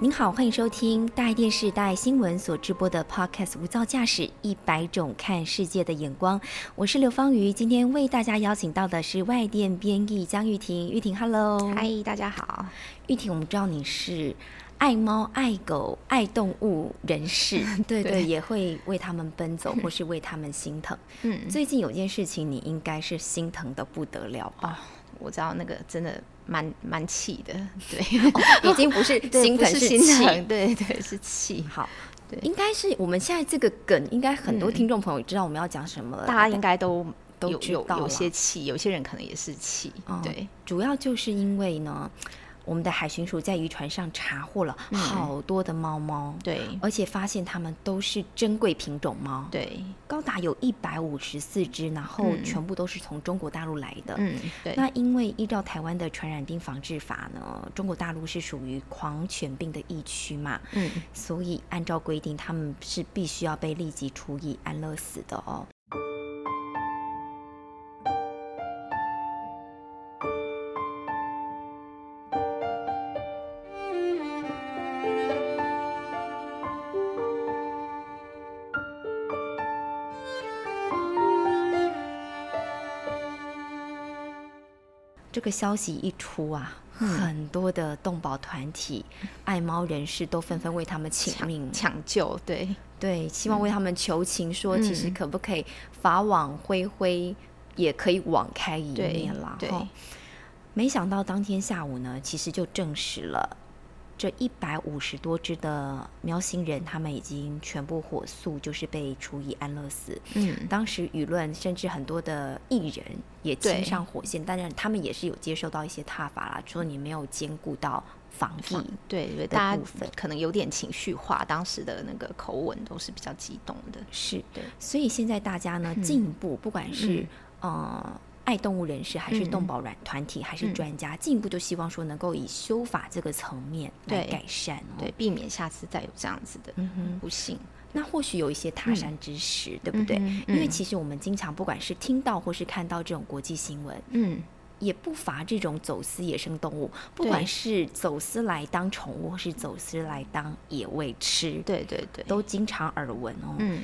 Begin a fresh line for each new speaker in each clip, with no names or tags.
您好，欢迎收听大爱电视、大爱新闻所直播的 Podcast《无噪驾驶：一百种看世界的眼光》，我是刘芳瑜。今天为大家邀请到的是外电编译江玉婷，玉婷，Hello，
嗨，大家好。
玉婷，我们知道你是爱猫、爱狗、爱动物人士， 对对，
对
也会为他们奔 走，或是为他们心疼。
嗯，
最近有件事情，你应该是心疼的不得了吧？
我知道那个真的蛮蛮气的，对，
哦已经不 是
对
心
不
疼，
是
是
心
气
疼， 对对是气。
好，
对嗯
应该是我们现在这个梗，应该很多听众朋友知道我们要讲什么了。
大家应该都
都
有
知
有
道啦
有些气，有些人可能也是气，
哦
对，
主要就是因为呢，我们的海巡署在渔船上查获了
嗯
好多的猫猫，
对
而且发现它们都是珍贵品种猫，，
对，
高达有一百五十四只，然后
嗯
全部都是从中国大陆来的。
嗯对，
那因为依照台湾的传染病防治法呢，中国大陆是属于狂犬病的疫区嘛，
嗯
所以按照规定，他们是必须要被立即处以安乐死的哦。这个消息一出啊，
嗯
很多的动保团体、爱猫人士都纷纷为他们请命，
抢救，对
对，希望为他们求情，说其实
嗯
可不可以法网恢恢，也可以网开一
对
面啦。
对
吼没想到当天下午呢，其实就证实了。这一百五十多只的喵星人，他们已经全部火速，就是被处以安乐死。
嗯
当时舆论甚至很多的艺人也亲
对
上火线，当然他们也是有接受到一些挞伐啦，说你没有兼顾到防
嗯
疫。
对对，大家
部分
可能有点情绪化，当时的那个口吻都是比较激动的，
是
对，嗯
所以现在大家呢进一步，不管是、呃爱动物人士，还是动
嗯
保软团体，还是
嗯
专家，进一步就希望说能够以修法这个层面来
对
改善、哦。
对，，避免下次再有这样子的
哼
不幸，
那或许有一些他山之石，对不对？
嗯哼
因为
嗯
其实我们经常不管是听到或是看到这种国际新闻，
嗯
也不乏这种走私野生动物，不
对
管是走私来当宠物，或是走私来当野味吃，
对对对，
都经常耳闻哦。
嗯。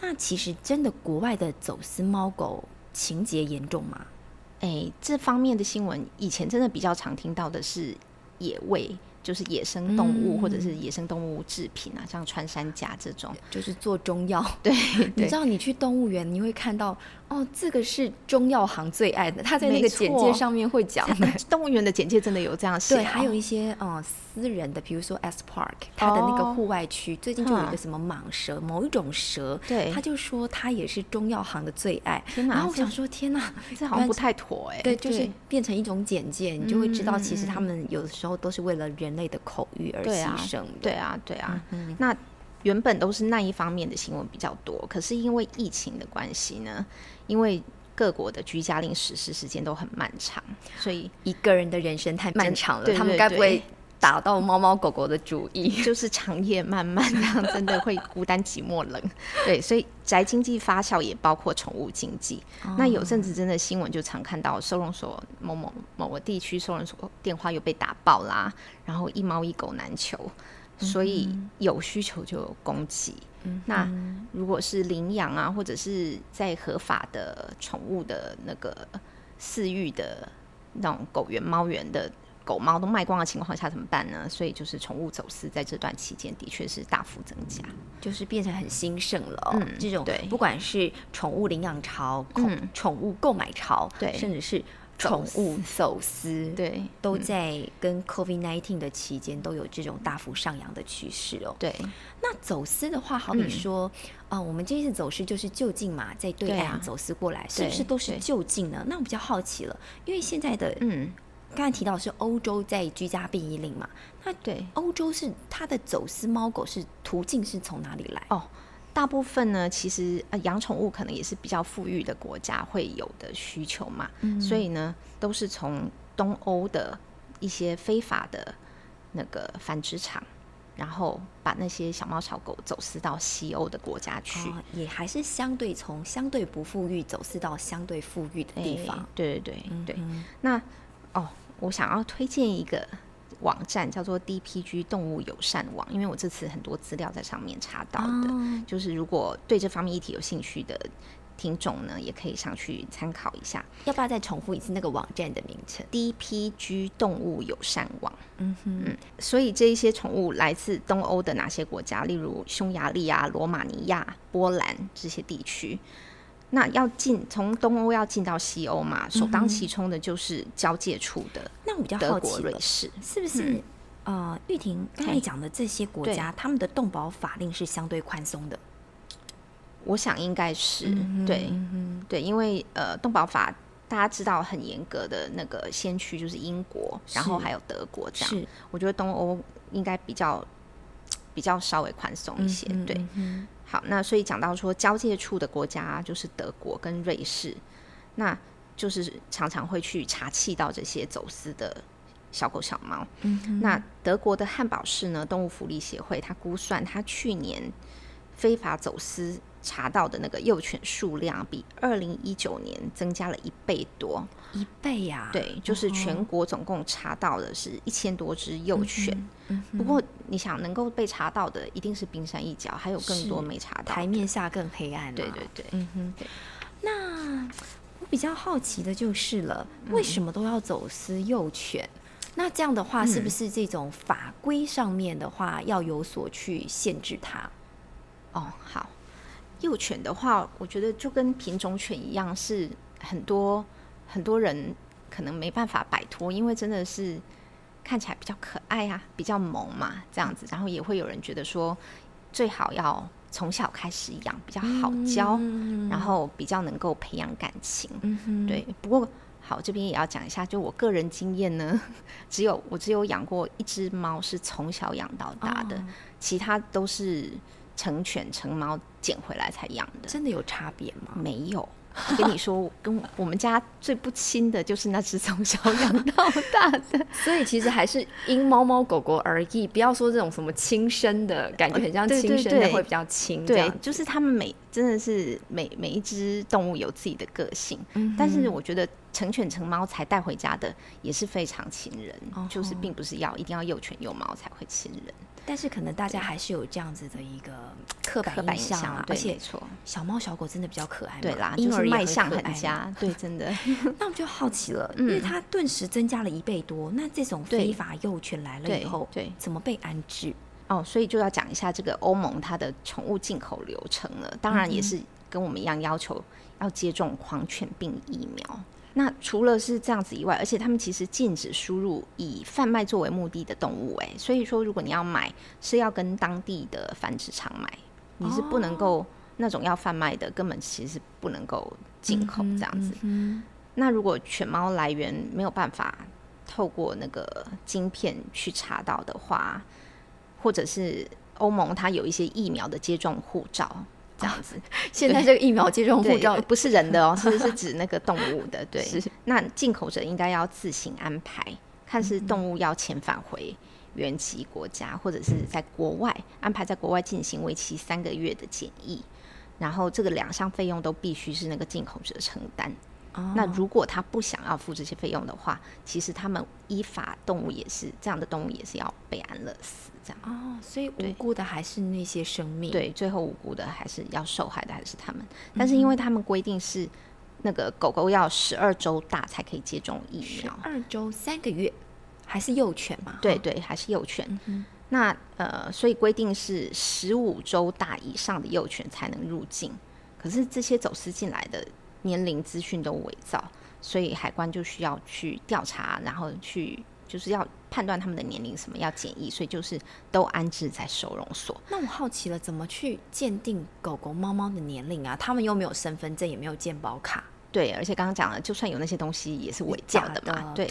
那其实真的国外的走私猫狗情节严重吗？
哎，这方面的新闻以前真的比较常听到的是野味，就是野生动物、
嗯
或者是野生动物制品啊，像穿山甲这 种。
就是做中药，
对，
你
对
知道你去动物园，你会看到哦，这个是中药行最爱的，他在那
没
个简介
错
上面会 讲。
动物园的简介真的有这样写哦、
对，还有一些呃私人的，比如说 S Park，它的那个
哦
户外区、最近就有一个
哼
什么蟒蛇，某一种蛇，
对
他就说它也是中药行的最爱。
天哪
然后我
这
想说，天哪，
这好像不太嗯妥哎、
对，就是变成一种简介，你就会知道，其实他们有的时候都是为了人类的口欲而
对
牺
啊
牲的。
对啊，对啊。
嗯
那原本都是那一方面的新闻比较多，可是因为疫情的关系呢，因为各国的居家令实施时间都很漫长，所以
一个人的人生太漫
真
长了，
对
他们
对
该不
对
会打到猫猫狗狗的主意？
就是长夜漫漫，这样真的会孤单寂寞冷。对，所以宅经济发酵也包括宠物经济。那有阵子真的新闻就常看到收容所某某某个地区收容所电话又被打爆啦，然后一猫一狗难求，所以有需求就有供给。那如果是领养啊，或者是在合法的宠物的那个饲育的那种狗园、猫园的狗猫都卖光的情况下怎么办呢？所以就是宠物走私在这段期间的确是大幅增加。
就是变成很兴盛了、哦
嗯
这种
对
不管是宠物领养潮、宠、
嗯
宠物购买潮，
对
甚至是宠物走私，，
对嗯
都在跟 COVID-19 的期间都有这种大幅上扬的趋势哦。
对嗯
那走私的话，好比说，啊、我们这次走私就是就近嘛，在对
对
岸
啊
走私过来，是不
对
是都是
对
就近呢？那我比较好奇了，因为现在的、
嗯
刚才提到是欧洲在居家避疫令嘛，那
对
欧洲是它的走私猫狗是途径是从哪里来？
哦。大部分呢，其实呃养宠物可能也是比较富裕的国家会有的需求嘛，所以呢，都是从东欧的一些非法的那个繁殖场，然后把那些小猫小狗走私到西欧的国家去。
哦，也还是相对从相对不富裕走私到相对富裕的地
哎
方。
对对对对，
嗯
那哦，我想要推荐一个网站，叫做 DPG 动物友善网，因为我这次很多资料在上面查到的，
哦
就是如果对这方面议题有兴趣的听众呢，也可以上去参考一下
要不要再重复一次那个网站的名称？
DPG 动物友善网。
嗯哼，
所以这一些宠物来自东欧的哪些国家，例如匈牙利啊、罗马尼亚、波兰这些地区。那要进从东欧要进到西欧嘛，首当其冲的就是交界处的
那我比较
德
嗯好
国、
奇
瑞
了，
士。
是不是？呃，玉婷刚才
嘿
讲的这些国家，他们的动保法令是相对宽松的。
我想应该是、
嗯
对
嗯
对，因为呃，动保法大家知道很严格的那个先驱就是英国，然后
是
还有德国这样。
是
我觉得东欧应该比较比较稍微宽松一些。
嗯
对，
嗯
好，那所以讲到说交界处的国家啊就是德国跟瑞士，那就是常常会去查气到这些走私的小狗小猫。
嗯哼
那德国的汉堡市呢，动物福利协会它估算，它去年非法走私查到的那个幼犬数量，比二零一九年增加了一倍多。
一倍呀、
对，就是全国总共查到的是一千多只幼犬。
嗯哦哼
不过你想，能够被查到的一定是冰山一角，还有更多
是
没查
嗯
到。
台面下更黑暗、啊。
对对对，
嗯哼
对，
那我比较好奇的就是了，为什么都要走私幼犬？那这样的话，是不是这种法规上面的话要有所去限制它？
哦，好。幼犬的话，我觉得就跟品种犬一样，是很多很多人可能没办法摆脱，因为真的是看起来比较可爱啊，比较萌嘛，这样子。然后也会有人觉得说，最好要从小开始养，比较好教，
嗯
然后比较能够培养感情。
嗯哼，
对，不过好，这边也要讲一下，就我个人经验呢，只有我只有养过一只猫是从小养到大的，
哦
其他都是成犬成猫捡回来才养的，
真的有差别吗？
没有。跟你说，跟我我们家最不亲的就是那只从小养到大的，
所以其实还是因猫猫狗狗而异，不要说这种什么亲生的感觉，
哦
很像
对
亲
对
生的
对
会比较亲这
对
样，。
就是他们每真的是每每一只动物有自己的个性，
嗯
但是我觉得成犬成猫才带回家的也是非常亲人，
哦
就是并不是要一定要幼犬幼猫才会亲人。
但是可能大家还是有这样子的一个刻
刻
板
板
印
印
象
象
啊，
对
而且
没错
小猫小狗真的比较可爱嘛，
对啦，
婴
就是
儿也
卖
很
相
可爱
很
嘛
佳，对，真的。
那我就好奇了，
嗯
因为它顿时增加了一倍多，那这种
对
非法幼犬来了以
对
后，
对
怎么被安置？
哦，所以就要讲一下这个欧盟它的宠物进口流程了。当然也是跟我们一样要求要接种狂犬病疫苗。那除了是这样子以外，而且他们其实禁止输入以贩卖作为目的的动物、诶，所以说如果你要买，是要跟当地的繁殖场买，你是不能够、那种要贩卖的，根本其实是不能够进口这样子。那如果犬猫来源没有办法透过那个晶片去查到的话，或者是欧盟它有一些疫苗的接种护照这样子，
现在这个疫苗接种护
对，
照
不是 人的哦，是是指那个动物的。对
是，
那进口者应该要自行安排，看是动物要遣返回原籍国家，或者是在国外安排在国外进行为期三个月的检疫。然后这个两项费用都必须是那个进口者承担。
哦
那
哦
如果他不想要付这些费用的话，其实他们依法动物也是这样的动物也是要被安乐死这样。
哦，所以无
对
辜的还是那些生命。，
对，最后无辜的还是要受害的还是他们。但是因为他们规定是那个狗狗要十二周大才可以接种疫苗，
二周三个月，还是幼犬嘛？
对对，还是幼犬。那呃，所以规定是十五周大以上的幼犬才能入境。可是这些走私进来的年龄资讯都伪造，所以海关就需要去调查，然后去就是要判断他们的年龄什么要检疫，所以就是都安置在收容所。
那我好奇了，怎么去鉴定狗狗、猫猫的年龄啊？它们又没有身份证，也没有健保卡，
对，而且刚刚讲了，就算有那些东西也是伪造
假
的嘛，
对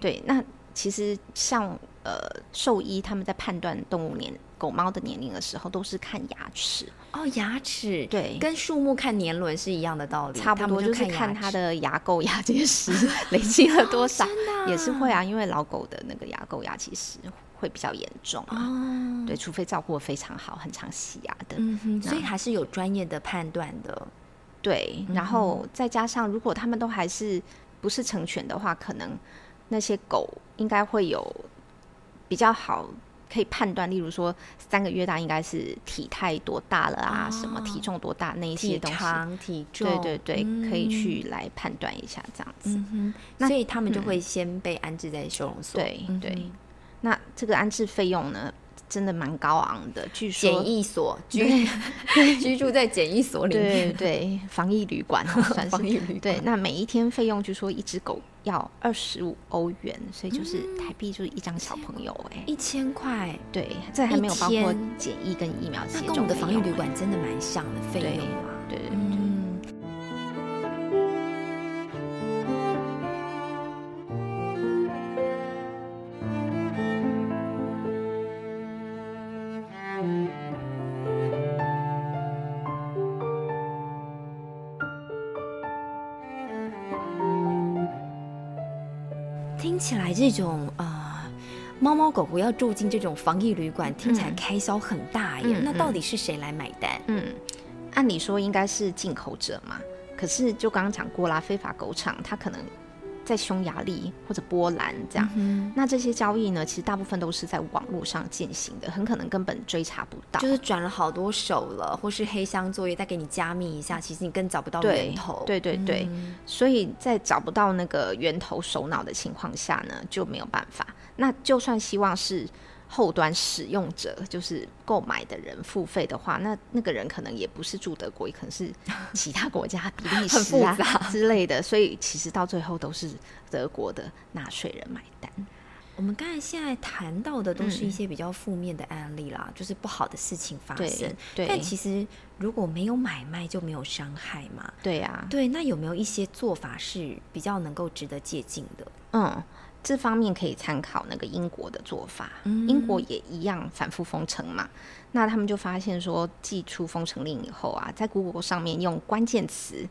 对，那其实像呃兽医他们在判断动物年狗猫的年龄的时候，都是看牙齿，
哦，牙齿
对
跟树木看年轮是一样的道理，
差不
他
多
们
就
就是看
看
牙
它
齿
的牙垢、牙结石累积了多少，
真的啊
也是会啊，因为老狗的那个牙垢、牙结石会比较严重啊，
哦，
对，除非照顾的非常好，很常洗牙的，
嗯哼，所以
那
还是有专业的判断的。
对，
嗯
然后再加上如果他们都还是不是成犬的话，可能那些狗应该会有比较好可以判断，例如说三个月大应该是体态多大了啊，什么体
哦
重多大那一些
体
东西，
长、体重，
对对对，可以
嗯。
去来判断一下这样子。
嗯哼，
那
所以他们就会先被安置在收容所。
对
嗯哼
对，那这个安置费用呢，真的蛮高昂的，据说
检疫所居 居住在检疫所里
对
面，
对防疫旅馆哦算是
防疫旅
对，那每一天费用据说一只狗要二十五欧元，所以就是
嗯
台币就是一张小朋友哎、
哦一千块，
对，这还没有包
一
括
天
检疫跟疫苗接
那
种
跟我们的防疫旅
费
馆真的蛮像的费
对
用啊。
用，对对对。
嗯，听起来这种呃，猫猫狗狗要住进这种防疫旅馆，听起来
嗯
开销很大耶。
嗯
那到
嗯
底是谁来买单？
嗯，按理说应该是进口者嘛，可是就刚刚讲过啦，非法狗场它可能在匈牙利或者波兰这样，
嗯
那这些交易呢，其实大部分都是在网络上进行的，很可能根本追查不到。
就是转了好多手了，或是黑箱作业再给你加密一下，其实你更找不到源头。嗯
对对对，所以在找不到那个源头首脑的情况下呢，就没有办法。那就算希望是后端使用者，就是购买的人付费的话，那那个人可能也不是住德国，也可能是其他国家，比利时啊
很复
之类的。所以其实到最后都是德国的纳税人买单。
我们刚才现在谈到的都是一
嗯
些比较负面的案例啦，就是不好的事情发
对
生。
对
但其实如果没有买卖，就没有伤害嘛。
对啊，
对，那有没有一些做法是比较能够值得借鉴的？
嗯，这方面可以参考那个英国的做法。
嗯
英国也一样反复封城嘛，那他们就发现说，寄出封城令以后啊，在 Google 上面用关键词。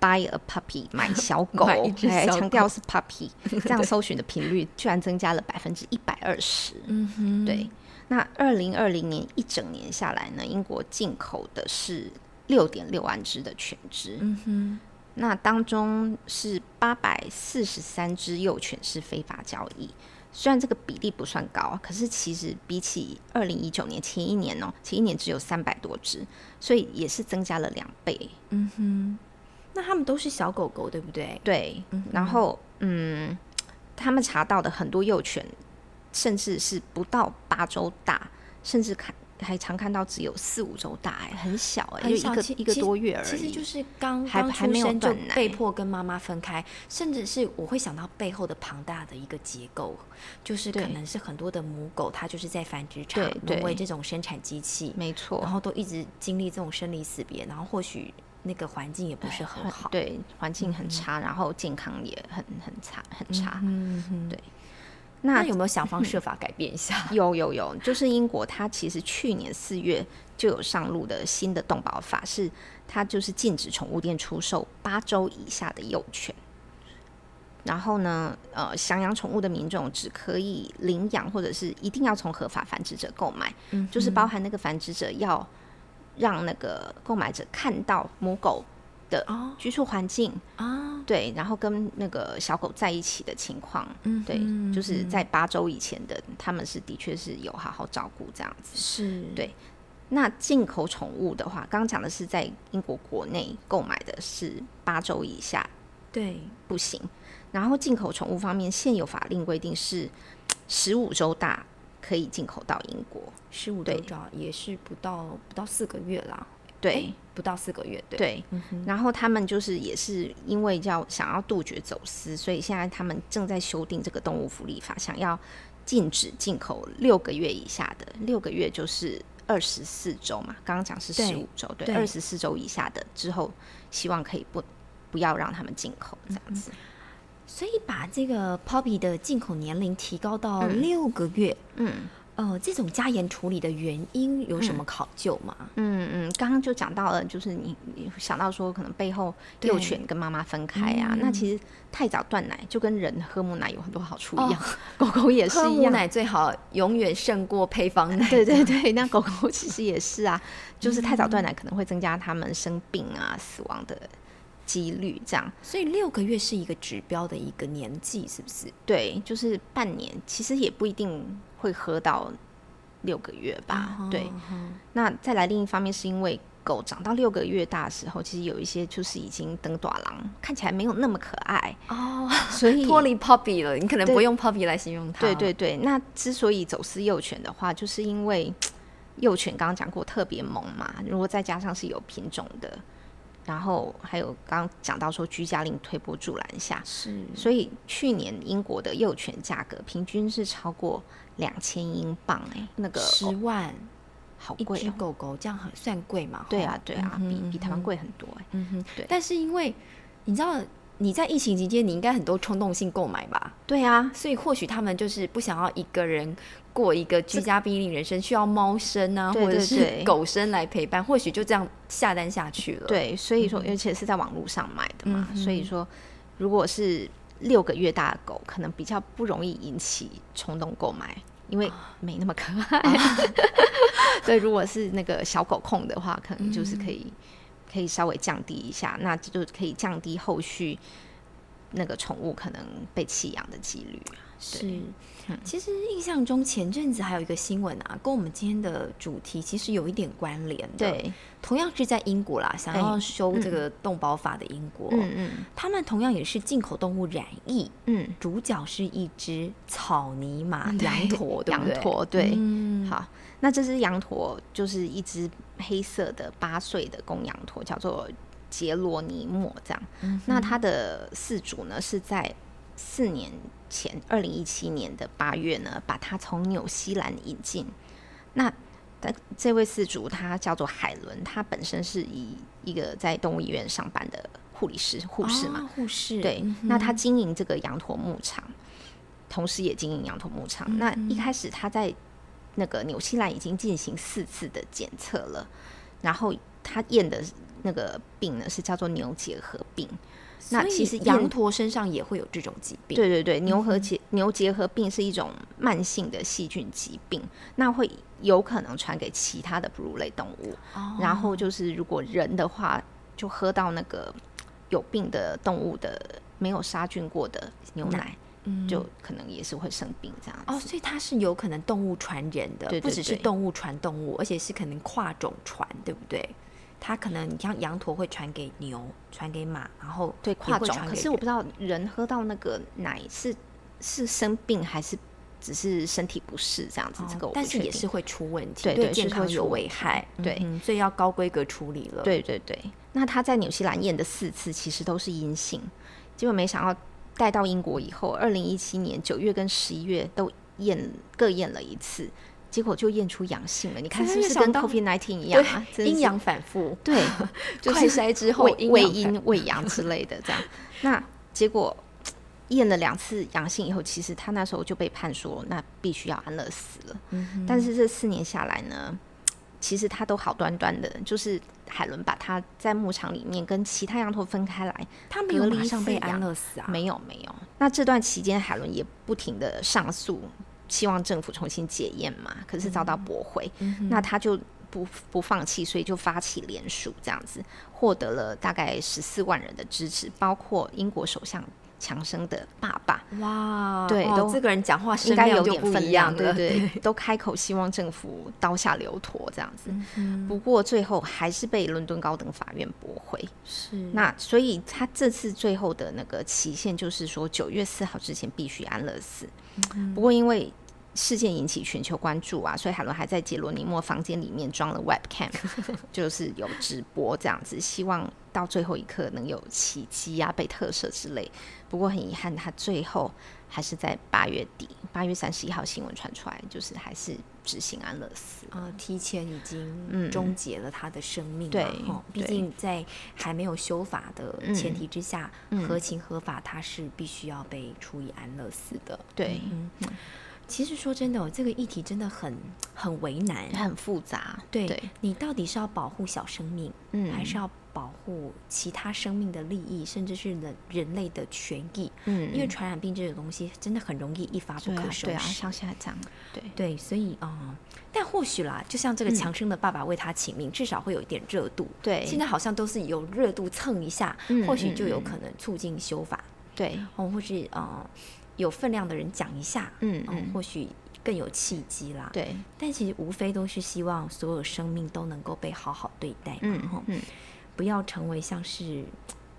Buy a puppy，买小狗，
买一只
哎，
小狗
强调是 puppy，这样搜寻的频率居然增加了百分之一百二十。
嗯哼，
对，那二零二零年一整年下来呢，英国进口的是六点六万只的犬只，
嗯哼，
那当中是八百四十三只幼犬是非法交易，虽然这个比例不算高，可是其实比起二零一九年前一年哦，前一年只有三百多只，所以也是增加了两倍。
嗯哼。那他们都是小狗狗，对不对？
对，然后嗯，他们查到的很多幼犬，甚至是不到八周大，甚至看还常看到只有四五周大、哎，很小哎、
很小
就
其
一个一个
其实
多月而已。
其实就是刚
还
刚
还
出
没有
生就
断奶
被迫跟妈妈分开，甚至是我会想到背后的庞大的一个结构，就是可
对
能是很多的母狗，它就是在繁殖场
对
沦为
对
这种生产机器，
没错，
然后都一直经历这种生离死别，然后或许那个环境也不是很
环
好。
哎对，环境很差，然后健康也很很差，很差。
嗯哼，
对
那
那
有没有想方设法改变一 下？
有有有，就是英国，它其实去年四月就有上路的新的动保法，是它就是禁止宠物店出售八周以下的幼犬。然后呢，呃，想养宠物的民众只可以领养，或者是一定要从合法繁殖者购买，就是包含那个繁殖者要让那个购买者看到母狗的
哦
居住环境，
啊，
对，然后跟那个小狗在一起的情况，
嗯
对
哼，
就是在八周以前的，他们是的确是有好好照顾这样子。
是，
对那进口宠物的话，刚刚讲的是在英国国内购买的是八周以下
对，
不行，然后进口宠物方面，现有法令规定是十五周大可以进口到英国。
十五周
对
长也是不到不到四个月啦，哎
对，
不到四个月，对。
对，然后他们就是也是因为要想要杜绝走私，所以现在他们正在修订这个动物福利法，想要禁止进口六个月以下的，六个月就是二十四周嘛，刚刚讲是
对
十五周，对，
对
二十四周以下的之后，希望可以不不要让他们进口这样子。
所以把这个 poppy 的进口年龄提高到
嗯
六个月，
嗯
呃，这种加盐处理的原因有什么考究吗？
嗯嗯，刚刚就讲到了，就是你你想到说可能背后
对
幼犬跟妈妈分开啊，那其实太早断奶就跟人喝母奶有很多好处一样，狗狗也是
喝
一
母
样。
奶最好永远胜过配 方奶。
对对对，那狗狗其实也是啊，就是太早断奶可能会增加它们生病啊、死亡的几率，这样。
所以六个月是一个指标的一个年纪，是不是？
对，就是半年，其实也不一定会喝到六个月吧。
哦
啊对，那再来另一方面是因为狗长到六个月大的时候，其实有一些就是已经登短狼，看起来没有那么可爱，
哦，
所以
脱离 puppy 了，你可能
对
不用 puppy 来形容它。
对对对，那之所以走私幼犬的话，就是因为幼犬刚刚讲过特别萌嘛，如果再加上是有品种的，然后还有刚刚讲到说居家令推波助澜下，
是
所以去年英国的幼犬价格平均是超过两千英镑哎、那个
十
哦
万
好
一
贵
只
哦、
狗狗，这样很算贵嘛？
对
吼
啊，对啊，比比台湾贵很多哎、
嗯哼，
对
但是因为你知道你在疫情期间，你应该很多冲动性购买吧，
对啊，
所以或许他们就是不想要一个人过一个居家逼令人生，需要猫生啊，
对
或者
对
是
对
狗生来陪伴，或许就这样下单下去了。，
对，所以说，而且是在网络上买的嘛，所以说，如果是六个月大的狗，可能比较不容易引起冲动购买，因为没那么可爱。对，如果是那个小狗控的话，可能就是可以、可以稍微降低一下，那这就可以降低后续那个宠物可能被弃养的几率。
是。其实印象中前阵子还有一个新闻啊，跟我们今天的主题其实有一点关联的。，
对，
同样是在英国啦，想要
哎
修
嗯
这个动保法的英国，
嗯嗯
他们同样也是进口动物染疫，
嗯，
主角是一只草泥马
对
羊驼，对不
羊
对？
驼对。
嗯，
好，那这只羊驼就是一只黑色的八岁的公羊驼，叫做杰罗尼莫。这样，
嗯
那它的饲主呢是在四年前，二零一七年的八月呢，把它从纽西兰引进。那但这位饲主他叫做海伦，他本身是以一个在动物医院上班的护理师、护士嘛，
啊护士，
对，那他经营这个羊驼牧场，同时也经营羊驼牧场。那一开始他在那个纽西兰已经进行四次的检测了，然后他验的那个病呢是叫做牛结核病。那
所以
其实验
羊驼身上也会有这种疾病，
对对对，牛和结、牛结核病是一种慢性的细菌疾病，那会有可能传给其他的哺乳类动物。然后就是如果人的话，就喝到那个有病的动物的没有杀菌过的牛奶，嗯就可能也是会生病这样子。
哦，所以它是有可能动物传人的，
对对
不只是
对
动物传动物，而且是可能跨种传，对不对？它可能你像羊驼会传给牛，传给马，然后
对
也
跨
会
种，
传
可
给
是我
人
不知道人喝到那个奶是是生病还是只是身体不适这样子，这个
哦
我不
但是
确
也
定
是会出问题，
对对
健
是
康
会
有
出
危
问题
害，
对
嗯哼所以要高规格处理了。，
对对对，那他在纽西兰验的四次其实都是阴性，结果没想到带到英国以后，二零一七年九月跟十一月都验各验了一次，结果就验出阳性了。你看
真的
是不
没
是
想
跟
到
COVID nineteen 一样啊？真的
阴
是
阳反复，
对，就是
快筛之后
喂
阴阳
喂
反
阴喂阳之类的这 样。那结果验了两次阳性以后，其实他那时候就被判说那必须要安乐死了。但是这四年下来呢，其实他都好端端的，就是海伦把他在牧场里面跟其他羊驼分开来，
它没有
隔离
马上被
饲养
安乐死啊，
没有没有。那这段期间，海伦也不停的上诉，希望政府重新解验嘛，可是遭到驳回。那他就不不放弃，所以就发起联署，这样子获得了大概十四万人的支持，包括英国首相强生的爸爸。
哇，
对
哦
都
这个人讲话声
应该
量
有
就
点
不
分
一样
量，
了，
对对，都开口希望政府刀下留陀这样子。不过最后还是被伦敦高等法院驳回。
是
那所以他这次最后的那个期限就是说九月四号之前必须安乐死。不过因为事件引起全球关注啊，所以海伦还在杰罗尼莫房间里面装了 webcam，就是有直播这样子，希望到最后一刻能有奇迹啊，被特赦之类。不不过很遗憾，它最后还是在八月底，八月三十一号新闻传出来，就是还是执行安乐死。
呃，提前已经
嗯
终结了他的生命嘛、
对
哦毕
对
竟在还没有修法的前提之下，
嗯
合情合法，他是必须要被处以安乐死的。
对，
嗯，其实说真的、哦，这个议题真的很很为难。
很复杂。
对
对，
你到底是要保护小生命，
嗯
还是要保护其他生命的利益，甚至是人人类的权益？
嗯
因为传染病这种东西真的很容易一发不
对
可
啊，
收拾。
对啊，像现在这样，对，
对，所以啊、呃但或许啦，就像这个强生的爸爸为他起名，至少会有一点热度。
嗯对
现在好像都是有热度蹭一下，
嗯
或许就有
嗯嗯
可能促进修法，
对，
哦，或是呃有分量的人讲一下，
嗯
哦
嗯
或许更有契机啦。，
对，
但其实无非都是希望所有生命都能够被好好对待嘛，吼
嗯嗯
不要成为像是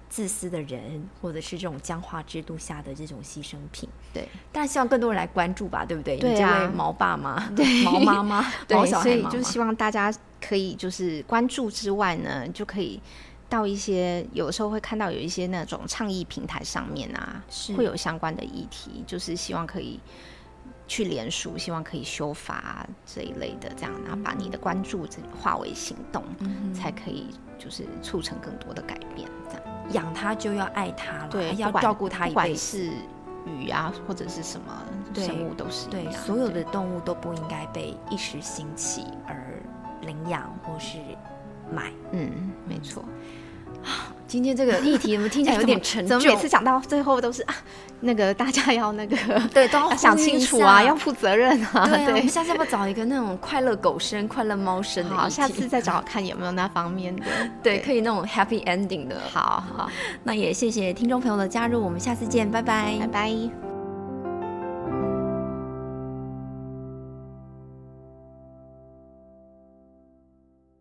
自私的人，或者是这种僵化制度下的这种牺牲品。
对，
当然希望更多人来关注吧，对不对？
对
你这
啊
位毛爸 妈、毛妈妈、毛
对，
小
所
孩
以
妈
就
妈，
希望大家可以就是关注之外呢，就可以到一些有时候会看到有一些那种倡议平台上面啊，
是
会有相关的议题，就是希望可以去联署，希望可以修法啊这一类的，这样然后把你的关注这化为行动，
嗯
才可以就是促成更多的改变，这样。
养他就要爱他了，
对，
要
不管
照顾他一
不
辈
管
子。
是鱼啊，或者是什么
对
生物都是一
啊对，
样。
所有的动物都不应该被一时兴起而领养或是买。
嗯，没错。
今天这个议题，我们听起来有点沉 重。
哎怎么每次讲到最后都是啊，那个大家要那个
对都要
想
呼吁
清
一
楚啊，
下
要负责任啊，
对啊，我
对
们。下次要不要找一个那种快乐狗生、快乐猫生的议
好，
题？
下次再找看有没有那方面的。
对，可以那种 happy ending 的。
好好，
那也谢谢听众朋友的加入，我们下次见，拜拜
拜拜。